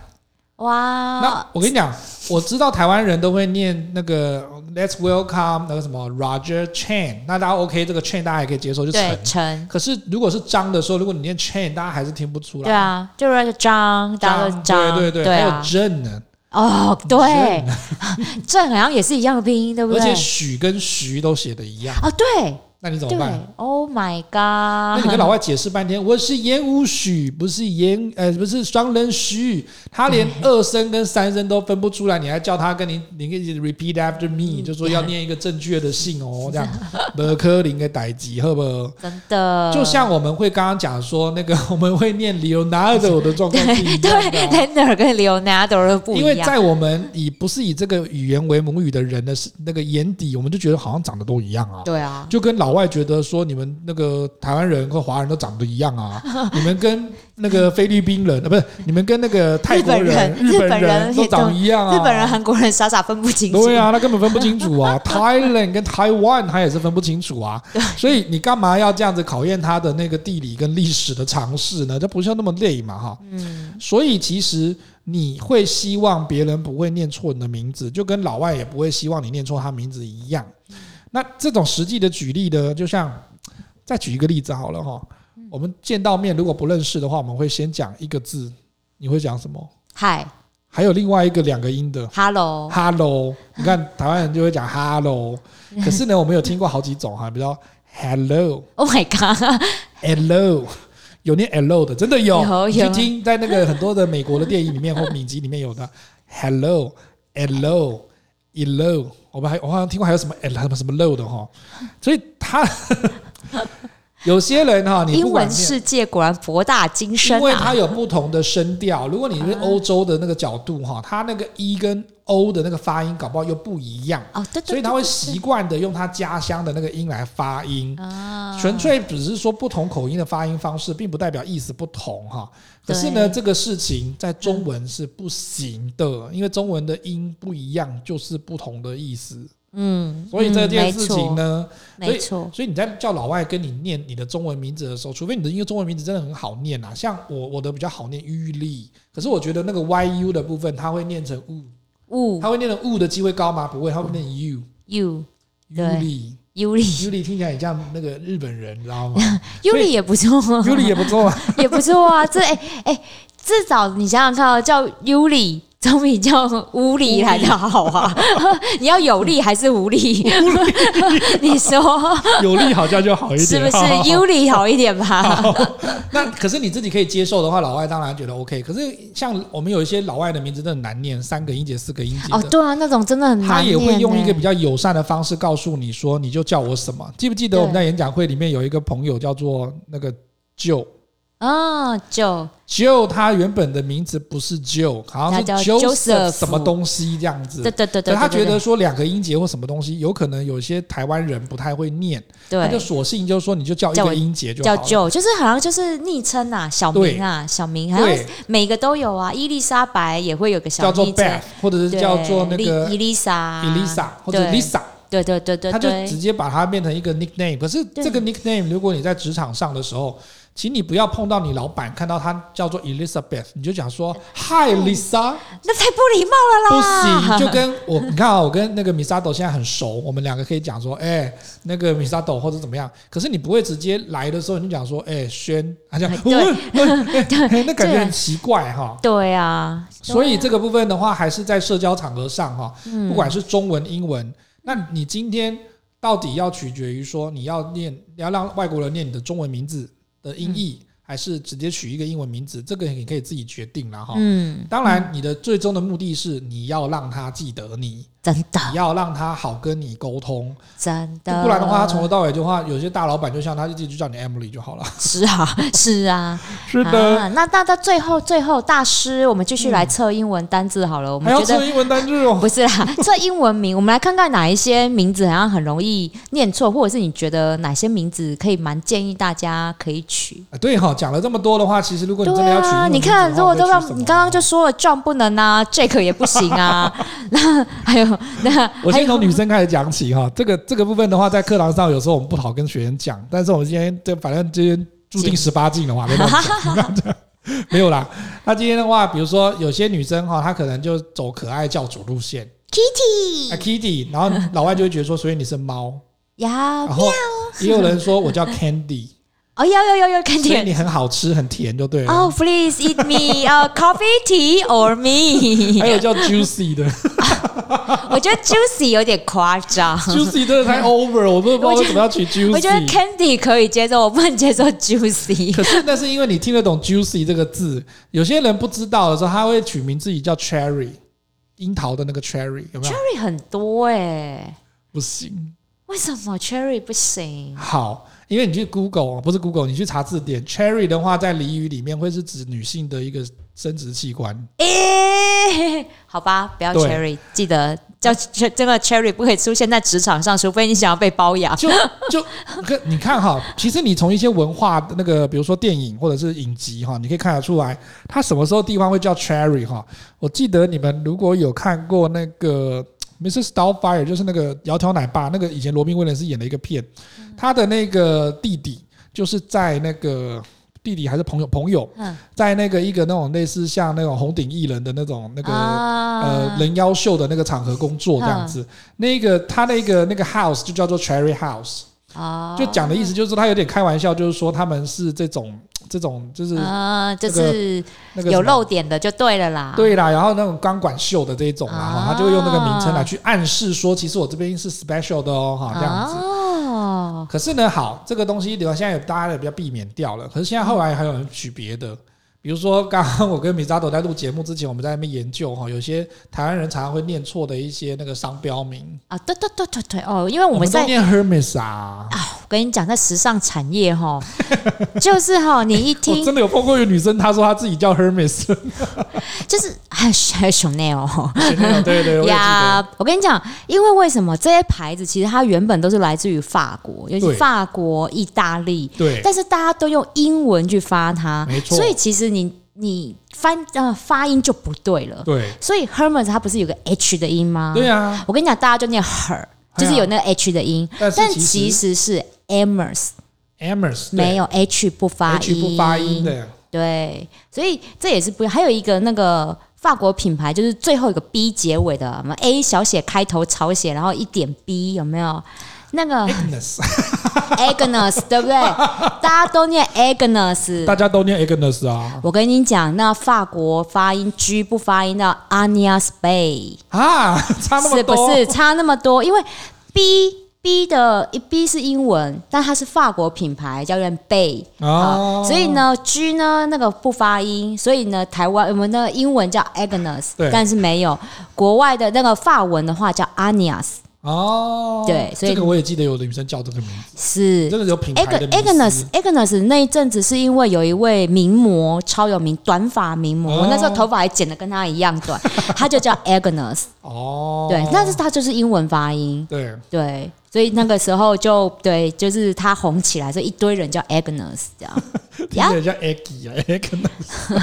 那
哇，
我跟你讲，我知道台湾人都会念那个 Let's welcome 那个什么 Roger Chain，那大家 OK 这个 chain 大家也可以接受，就
对
成。
陈，
可是如果是张的时候，如果你念 chain，大家还是听不出
对
来。
啊，就是那个张，大家都张，
对对对，还有
啊，
正呢，
哦，对， [laughs] 郑好像也是一样的拼音，对不
而
对
且？许跟徐都写的一样，
哦，对
那你怎么办？
对，Oh my
那
God！
你跟老外解释半天，我是言无许，不是言呃不是双人许，他连二声跟三声都分不出来，你还叫他跟你你可以 repeat after
嗯
me，就说要念一个正确的姓哦，这样不可能的代志，好不好？
真的，
就像我们会刚刚讲说，那个 [laughs] 我们会念 Leonardo 的状况是一
对
样的
对
啊。
，Leonard 跟 Leonardo 都不
因
一
为
样，
在我们以不是以这个语言为母语的人的是那个眼底，我们就觉得好像长得都一样啊。
对啊，
就跟老外觉得说你们那个台湾人和华人都长得一样
[laughs]
啊，你们跟那个菲律宾人啊，不是你们跟那个泰国人、
日
日本
本人日本人
人都长一样啊，
日本人、韩国人傻傻分不清楚。 [laughs]
对啊，他根本分不清楚啊，Thailand 跟 Taiwan 他也是分不清楚啊，所以你干嘛要这样子考验他的那个地理跟历史的常识呢？这不是要那么累嘛哈，
嗯，
所以其实你会希望别人不会念错你的名字，就跟老外也不会希望你念错他名字一样。那这种实际的举例呢，就像再举一个例子好了哈。我们见到面如果不认识的话，我们会先讲一个字，你会讲什么？
嗨
还有另外一个两个音的
Hello，
hello，你
[laughs]
看台湾人就会讲 hello，可是呢，我们有听过好几种哈，比如说 hello。
Oh my god！
Hello，有念 Hello 的，真的有。
有
你去
有
听在那个很多的美国的电影里面或影集里面有的 Hello Hello Hello，我们还我好像听过还有什么 Hello 什么什么 Low 的哈，所以他 [laughs] 有些人哈，你
英
不管
文
念
世界果然博大精深
因为它
啊！嗯
有不同的声调。如果你是欧洲的那个角度哈，它那个 E 跟 O 的那个发音搞不好又不一样，
哦，对对对，
所以他会
对
习惯的用他家乡的那个音来发音。
啊，
纯粹只是说不同口音的发音方式，并不代表意思不同哈。可是呢，
对嗯
这个事情在中文是不行的，因为中文的音不一样就是不同的意思。
嗯，
所以这
嗯
件事情，呢，
没错，
所以你在叫老外跟你念你的中文名字的时候，除非你的因为中文名字真的很好念啊，像我我的比较好念玉立，可是我觉得那个 yu 的部分，它会念成 u，
物
它会念成 u 的机会高吗？不会，它会念 u
you
玉
对
立
Yuli
玉立听起来很像那个日本人，你知道吗
[laughs]
所以
Yuli 也不错啊，
玉立也不错啊。
[laughs] 也不错啊。这哎哎，至少你想想看哦，叫 Yuli。总比叫无力来的好啊！你要有力还是无力？你说
有力好像就好一点，
是不是
好好 [laughs] 好
Yuli 好一点吧？
那可是你自己可以接受的话，老外当然觉得 OK。可是像我们有一些老外的名字真的很难念，三个音节、四个音节
哦，
的，
对啊，那种真的很
他
难
也
念呢。
会用一个比较友善的方式告诉你说，你就叫我什么。记不记得
对
我们在演讲会里面有一个朋友叫做那个 Joe。
啊，就
Joe 他原本的名字不是 Joe，好像是
他叫
Joseph
Joseph
什么东西这样子。
对对
可
对对，
是他
对
觉得说两个音节或什么东西，有可能有些台湾人不太会念，他
对
就索性就说你就叫一
叫
个
我
音节就好
叫
了。
Joe，就是好像就是昵称啊，小名啊，小名，好像
对，
每个都有啊。伊丽莎白也会有个
叫
小
做
昵
Beth，
称，
或者是
对
叫做那个
丽伊丽莎
Elisa 或者
对
Lisa，
对对对对
他就直
对，
接把它变成一个 nickname。可是这个 nickname，如果你在职场上的时候，请你不要碰到你老板看到他叫做 Elizabeth，你就讲
[laughs]
说 Hi Lisa，
那太不礼貌
不
了啦。 [laughs]
行，就跟我你看啊，我跟那个米沙斗现在很熟，我们两个可以讲说，哎，那个米沙斗或者怎么样。可是你不会直接来的时候你就讲说，哎，轩，他讲，
对
哦 [laughs]
[laughs]
哎哎哎那感觉很奇怪哈。
对啊，嗯
所以这个部分的话，还是在社交场合上哈，不管是中文、英文，那你今天到底要取决于说你要念，你要让外国人念你的中文名字的音译，
嗯
还是直接取一个英文名字，这个你可以自己决定了哈。
嗯，
当然，你的最终的目的是你要让他记得你，
真的
你要让他好跟你沟通，
真
不
啊的，
然的话，他从头到尾的话，有些大老板就像他一直就叫你 Emily 就好了。
是啊 [laughs] 是啊
是
啊。那那到最后最后大师，我们继续来测英文单字好了。我
还
们
要
觉得
测英文单字哦。
不是啦， [laughs] 这英文名，我们来看看哪一些名字好像很容易念错，或者是你觉得哪些名字可以蛮建议大家可以取。
啊对哈，讲了这么多的话，其实如果你真
对
的要取英
啊，
文
你
名字的话，
看，如果
会取
都让
什么
你刚刚就说了，John 不能啊，Jake 也不行啊， [laughs] 那还有那
我
还
先
有
从女生开始讲起哈，这个这个部分的话，在课堂上有时候我们不好跟学生讲，但是我们今天这反正今天注定十八禁的
[laughs]
话，没办法，没有啦。那今天的话，比如说有些女生哈，她可能就走可爱教主路线
Kitty
啊，Kitty，然后老外就会觉得说，所以你是猫，
呀
然，后也有人说我叫
[laughs]
Candy，
哦，有有有有，看
所以
见
你很好吃很甜就对了。
哦，Please eat me a coffee, tea
[laughs]
or me。
还有叫 Juicy 的
[laughs] 我觉得 Juicy 有点夸张，
，Juicy 真的太 over，我都不知道为什么要取 Juicy。
我觉得 Candy 可以接受，我不能接受 [laughs] Juicy。
[laughs] 可啊是那是因为你听得懂 juicy 这个字，有些人不知道的时候，他会取名自己叫 cherry，樱桃的那个 cherry 有没有？
Cherry 很多哎、
不行，
为什么 Cherry 不
[laughs]
行？
好，因为你去 Google 不是 Google，你去查字典，cherry 的话在俚语里面会是指女性的一个生殖器官。
诶、欸好吧，不要
对
Cherry，记得叫这个 Cherry 不可以出现在职场上，除非你想要被包
[laughs]
养。
就就可你看哈，其实你从一些文化的那个，比如说电影或者是影集哈，你可以看得出来，它什么时候地方会叫 cherry 哈。我记得你们如果有看过那个 Mrs. Doubtfire，就是那个窈窕奶爸，那个以前罗宾威廉斯演的一个片，
嗯
他的那个弟弟就是在那个。弟弟还是朋友，朋友
嗯
在那个一个那种类似像那种红顶艺人的那种那个
啊
呃人妖秀的那个场合工作这样子。那个他那个那个 house 就叫做 Cherry House，
哦，
就讲的意思就是说他有点开玩笑，就是说他们是这种这种就是
啊，就
那个
是
那个什
有
么
漏点的就对了啦。
对啦，然后那种钢管秀的这种啦，哈、
啊
他就会用那个名称来去暗示说，其实我这边是 special 的哦，
啊
哈，这样子。
哦，
可是呢，好，这个东西的话，现在有大家也比较避免掉了。可是现在后来还有人取别的，比如说刚刚我跟米扎朵在录节目之前，我们在那边研究哈，有些台湾人常常会念错的一些那个商标名，
啊，对对对对对，哦，因为
我
我
们
们
都
在
念 Hermes 啊。
我跟你讲，在时尚产
[laughs]
业哈，就是哈，你一
我
听
真的有碰过一个女生，她说她自己叫
[laughs]
Hermes，
就是很 Chanel 哦
对对对，我也记得。
呀。我跟你讲，因为为什么这些牌子其实它原本都是来自于法国，尤其
对
法国、意大利，
对，
但是大家都用英文去发它，
没错
所以其实你你翻呃发音就不对了。
对，
所以 Hermes 它不是有个 H 的音吗？
对啊。
我跟你讲，大家就念 her，
对啊
就是有那个 h 的音，
但是
但
其实
其实是 Emers，
Amers 对
没有 h 不发
H
音，
不发音。
[laughs]
的，
对，所以这也是不一样。还有一个那个法国品牌，就是最后一个 B 结尾的，什么 A 小写开头草写，然后一点 B 有没有？那个 [laughs]
Agnes，
Agnes 对不对？大家都念 Agnes。
大家都念 Agnes 啊
我跟你讲，那法国发音 G 不发音到 Ania Spay。
啊，差那么
是不
多，
是差那么多？因为 B B 的 B 是英文，但它是法国品牌，叫人贝
哦
啊，所以呢 G 呢那个不发音，所以呢台湾我们的英文叫 Agnes，
对
但是没有国外的那个法文的话叫 Anias，
哦，
对所以
这个我也记得有的女生叫这个名字，
是
真的有品牌的
Ag
名字
Agnes Agnes 那一阵子是因为有一位名模超有名，短发名模，我那时候
哦
头发还剪得跟她一样短，她就叫 Agnes，
[laughs] 哦，
对，但是她就是英文发音。
对，
对，所以那个时候就对，就是他红起来，所以一堆人叫 Agnes 这
[laughs]
样。
听起来像 Aggie 啊，Agnes。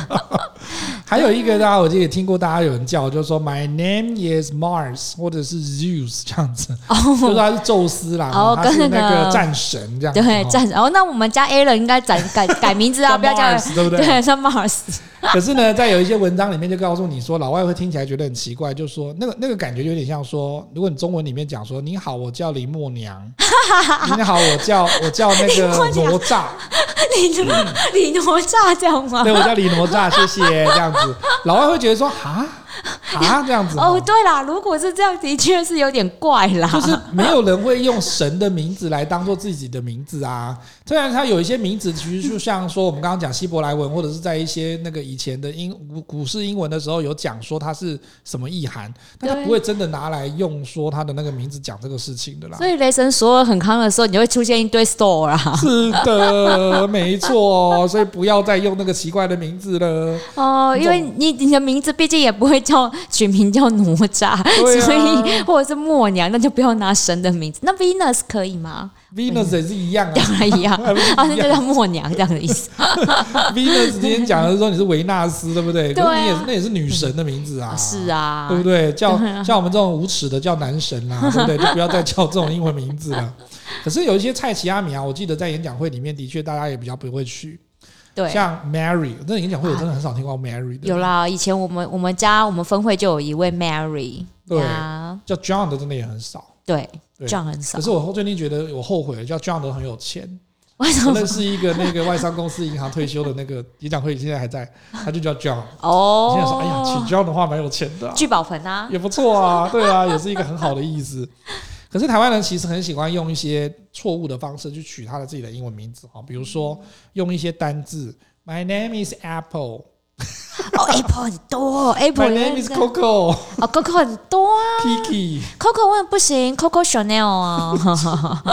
还 [laughs] 有一个大家我记得也听过，大家有人叫，就是说 My name is Mars，或者是 Zeus 这样子，就是他是宙斯啦，
哦
他是
跟那个
那个战神这样子，
对，
哦
站着。哦，那我们家 A 人应该改改改名字啊，
叫 [laughs]
不要叫
Mars，对不对
对，叫 Mars。
可是呢，在有一些文章里面就告诉你说，老外会听起来觉得很奇怪，就说那个那个感觉有点像说，如果你中文里面讲说“你好，我叫林默娘”，“你好，我叫我叫
[laughs]
那个哪吒
你你哪吒这样”，
[laughs]
[laughs] 吗
对，？我叫李哪吒，谢谢这样子，老外会觉得说啊啊这样子
哦，
哦，
对啦，如果是这样，的确是有点怪啦。
就是没有人会用神的名字来当做自己的名字啊。虽然它有一些名字，其实就像说我们刚刚讲希伯来文，或者是在一些那个以前的英古古式英文的时候有讲说它是什么意涵，但它
对
不会真的拿来用说它的那个名字讲这个事情的
[laughs]
啦
所。以雷神索尔很康的时候，你就会出现一堆 store
[laughs]
啊。
是的，没错，所以不要再用那个奇怪的名字了。
哦，因为你你的名字毕竟也不会叫取名叫哪吒，
对啊
所以或者是默娘，那就不要拿神的名字。那 Venus 可以吗？
Venus 也是一样啊
[laughs] 当然一样
[laughs] 还不是一样
啊，那就叫默娘这样的意思。
，Venus 今天讲的是说你是维纳斯，对不对？
对
可
啊
是你也是那也是女神的名字 [laughs] 啊。
是啊
对，不对？
[laughs]
叫像我们这种无耻的叫男神啦、对不对？就不要再叫这种英文名字了。可是有一些菜奇阿米啊，我记得在演讲会里面的确大家也比较不会去，
对，
像 Mary，那演讲会我真的很少听过 Mary 的，
有啦。以前我们我们家我们分会就有一位 Mary，
对
啊，
叫 John 的真的也很少。
对，
对
这样很少
可。是我最近觉得我后悔了，叫 John 的很有钱。
[laughs] 为 [laughs] 什
我
么？
认识一个那个外商公司银行退休的那个演讲会，现在还在，他就叫 John。我现在说，哎呀，
哦，
娶 John 的话蛮有钱的、啊。
聚宝盆
[laughs]
啊，
也不错啊，对啊，也是一个很好的意思。可是台湾人其实很喜欢用一些错误的方式去取他的自己的英文名字哈，比如说用一些单字，My name is Apple，My
哦，Apple 很多，Apple
name is Coco，Kiki，
哦，Coco 很多啊，Coco 问不行，Coco Chanel 啊，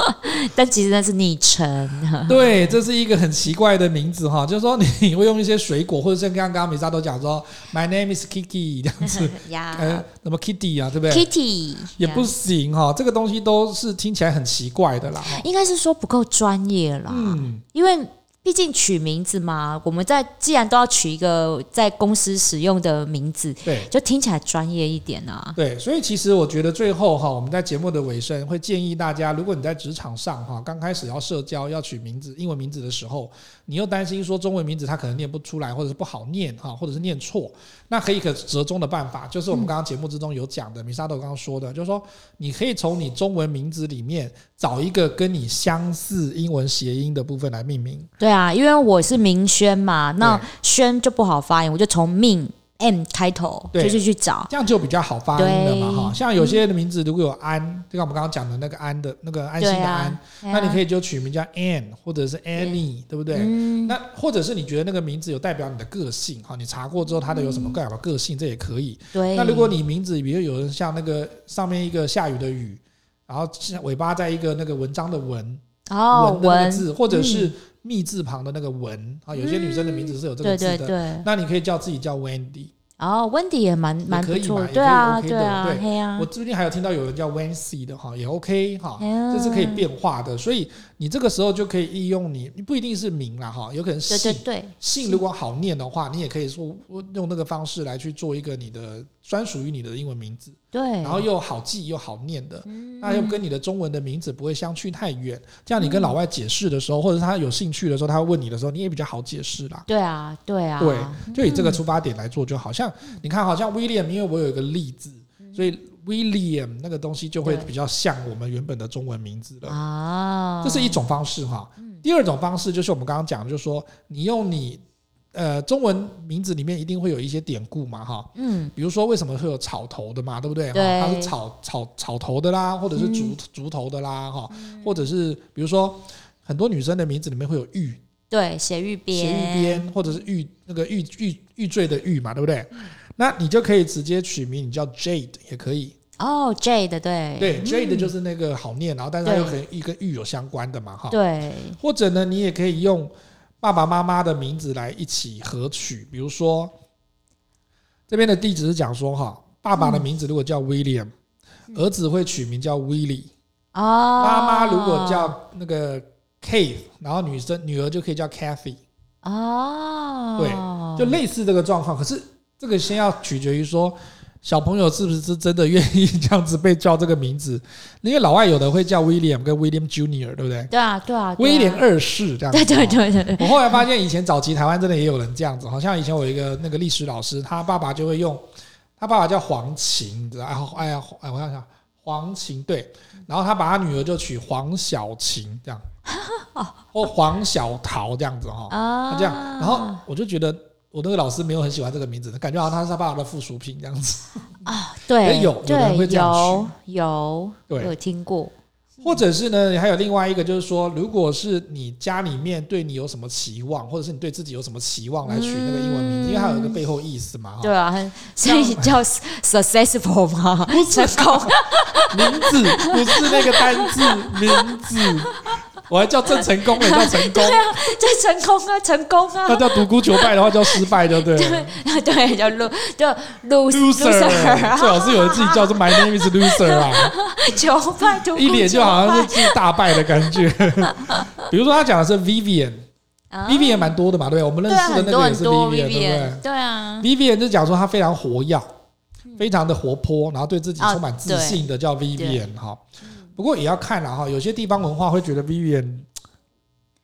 [laughs]
但其实那是昵称。
对，这是一个很奇怪的名字哈，就是说你会用一些水果，或者像刚刚米莎都讲说，My name is Kiki 这样子，
[laughs] 呀
呃，什么啊 Kitty 啊，对不对？
，Kitty
也不
呀
行哈，这个东西都是听起来很奇怪的啦哈。
应该是说不够专业啦。
嗯，
因为毕毕竟取名字嘛，我们在既然都要取一个在公司使用的名字，
对
就听起来专业一点啊。
对，所以其实我觉得最后哈，我们在节目的尾声会建议大家，如果你在职场上哈，刚开始要社交要取名字英文名字的时候，你又担心说中文名字它可能念不出来，或者是不好念哈，或者是念错，那可以可折中的办法，就是我们刚刚节目之中有讲的，米沙豆刚刚说的，就是说你可以从你中文名字里面找一个跟你相似英文谐音的部分来命名。
对啊，因为我是明轩嘛，那
对
轩就不好发音，我就从命 M 开头，
对
就是去找。
这样就比较好发音了嘛
啊对
哈。像有些的名字如果有安，就像我们刚刚讲的那个安的那个安心
对
的安
啊，，
那你可
以
以就取名叫 Anne 或者是 Annie，对不对？
嗯
那或者是你觉得那个名字有代表你的个性哈，你查过之后它的有什么代表个性，这也可以。
嗯对。
那如果你名字比如有人像那个上面一个下雨的雨，然后是尾巴在一个那个文章的文
哦
文的那个
文，嗯
字，或者是密字旁的那个文啊，有些女生的名字是有这
对
个字
对
的。
对。
那你可以叫自己叫 Wendy，
哦，Wendy 也蛮蛮
可
不
以
错
嘛也可以
的，对啊
OK 的
对啊
对，
嘿啊
我，最近还有听到有人叫 Wency 的哈，也 OK 哈，
哎呀
这是可以变化的，所以你这个时候就可以利用你，你不一定是名啦哈，有可能
对
姓
对对，
姓如果好念的话，你也可以说我用那个方式来去做一个你的专属于你的英文名字，
对，嗯
然后又好记又好念的，那又跟你的中文的名字不会相去太远，这样你
嗯
跟老外解释的时候，或者他有兴趣的时候，他会问你的时候，你也比较好解释啦。
对啊，对啊，
对，就以这个出发点来做，就好像你看，好像 William，因为我有一个例字，所以 William 那个东西就会
嗯对
比较像我们原本的中文名字了。
啊，嗯
这是一种方式哈。第二种方式就是我们刚刚讲的，就是说你用你呃中文名字里面一定会有一些典故嘛哈。
嗯，
比如说，为什么会有草头的嘛，对不对？哈
对嗯
它是草草草头的啦，或者是竹竹头的啦，哈，或者是比如说很多女生的名字里面会有玉，
对，写玉边，
斜玉边或者是玉那个玉玉玉坠的玉嘛，对不对？
嗯
那你就可以直接取名，你叫 Jade 也可以。
哦，J 的对，
对、
嗯
j a d e 就是那个好念，然后但是它
对
又可以跟玉有相关的嘛，哈。
对，
或者呢，你也可以用爸爸妈妈的名字来一起合取，比如说这边的地址是讲说哈，爸爸的名字如果
嗯
叫 William，、儿子会取名叫 Willie，、
哦，
妈妈如果叫那个 Kate，然后女生女儿就可以叫 Kathy。
哦，
就类似这个状况。可是这个先要取决于说，小朋友是不是真的愿意这样子被叫这个名字？因为老外有的会叫 William 跟 William Junior，对不对？
对啊，对啊，对啊
威廉，二世这样子。
对对
哦。
对对对，
我后来发现，以前早期台湾真的也有人这样子，好像以前我有一个那个历史老师，他爸爸就会用，他爸爸叫黄琴，你知道？哎呀，哎呀，哎，我想想，黄琴对，然后他把他女儿就取黄小琴
[laughs]
这样，或黄小桃这样子哈、
啊
他，这样，然后我就觉得我那个老师没有很喜欢这个名字，感觉好像他是他爸爸的附属品这样子。
对，
也有有
对
人会这样
有有
对
有听过，
或者是呢，还有另外一个就是说，如果是你家里面对你有什么期望，或者是你对自己有什么期望来取那个英文名字，因为它有一个背后意思嘛，哈 [laughs]
对，啊，很所以叫 successful 嘛，成功， [laughs]
名字不是那个单字，名字，我还叫郑成功也叫成功，
这成功啊，成功
那
啊，
叫独孤求败的话叫失败，就对了。
[laughs] 对对，叫 lo 就 lose
loser，最啊好是有人自己叫是 my name is loser 啊。
求拜托，
一脸就好像是自己大败的感
[laughs]
觉。比如说他讲的是 Vivian，Vivian
啊
蛮多的嘛，对不对？我们认
对啊，
识的
很
那
多
个也
很
是
多
Vivian，对
对啊
不，对？Vivian 就讲说他非常活跃，
嗯
非常的活泼，然后对自
哦
己充满自信的叫 Vivian 哈。不过也要看了哈，有些地方文化会觉得 Vivian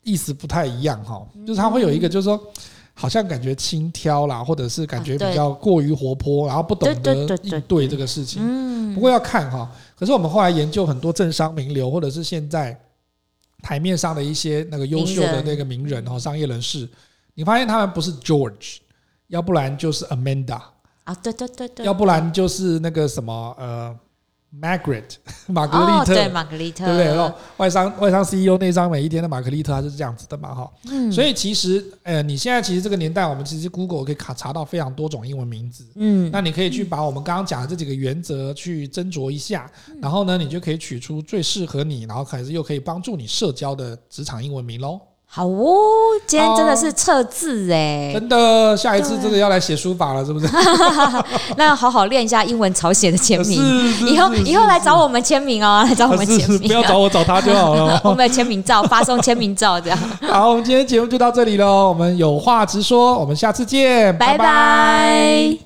意思不太一样哈，
嗯
就是他会有一个就是说。好像感觉轻佻啦，或者是感觉
啊对
比较过于活泼，然后不懂
对对
得
对对
应对这个事情。
嗯
不，过要看哈、可是我们后来研究很多政商名流，或者是现在台面上的一些那个优秀的那个名人
嗯
哈、商业人士，你发现他们不是 George，要不然就是 Amanda，
啊，对对对对，
要不然就是那个什么呃 Margaret [laughs] 玛格
哦
丽特，
对玛格丽特，
对不对？然后外商外商 E CEO 内商每一天的玛格丽特，她就是这样子的嘛哈。
嗯
所以其实呃，你现在其实这个年代，我们其实 Google 可以卡查到非常多种英文名字。
嗯，
那你可以去把我们刚刚讲的这几个原则去斟酌一下，
嗯
然后呢，你就可以取出最适合你，然后可是又可以帮助你社交的职场英文名喽。
好哦，今天真的是测字哎、
哦真的，下一次真的要来写书法了，是不
[laughs]
是？
那好好练一下英文草写的签名，
是是
以后
是
以后来找我们签名哦， [laughs] 来找我们
是
签
是，不
名、
要找
啊。。
我，找他就好了
[laughs]
[laughs]
我们的签名照，发送签名照这样，
好，我们今天节目就到这里喽，我们有话直说，我们下次见，拜
拜拜。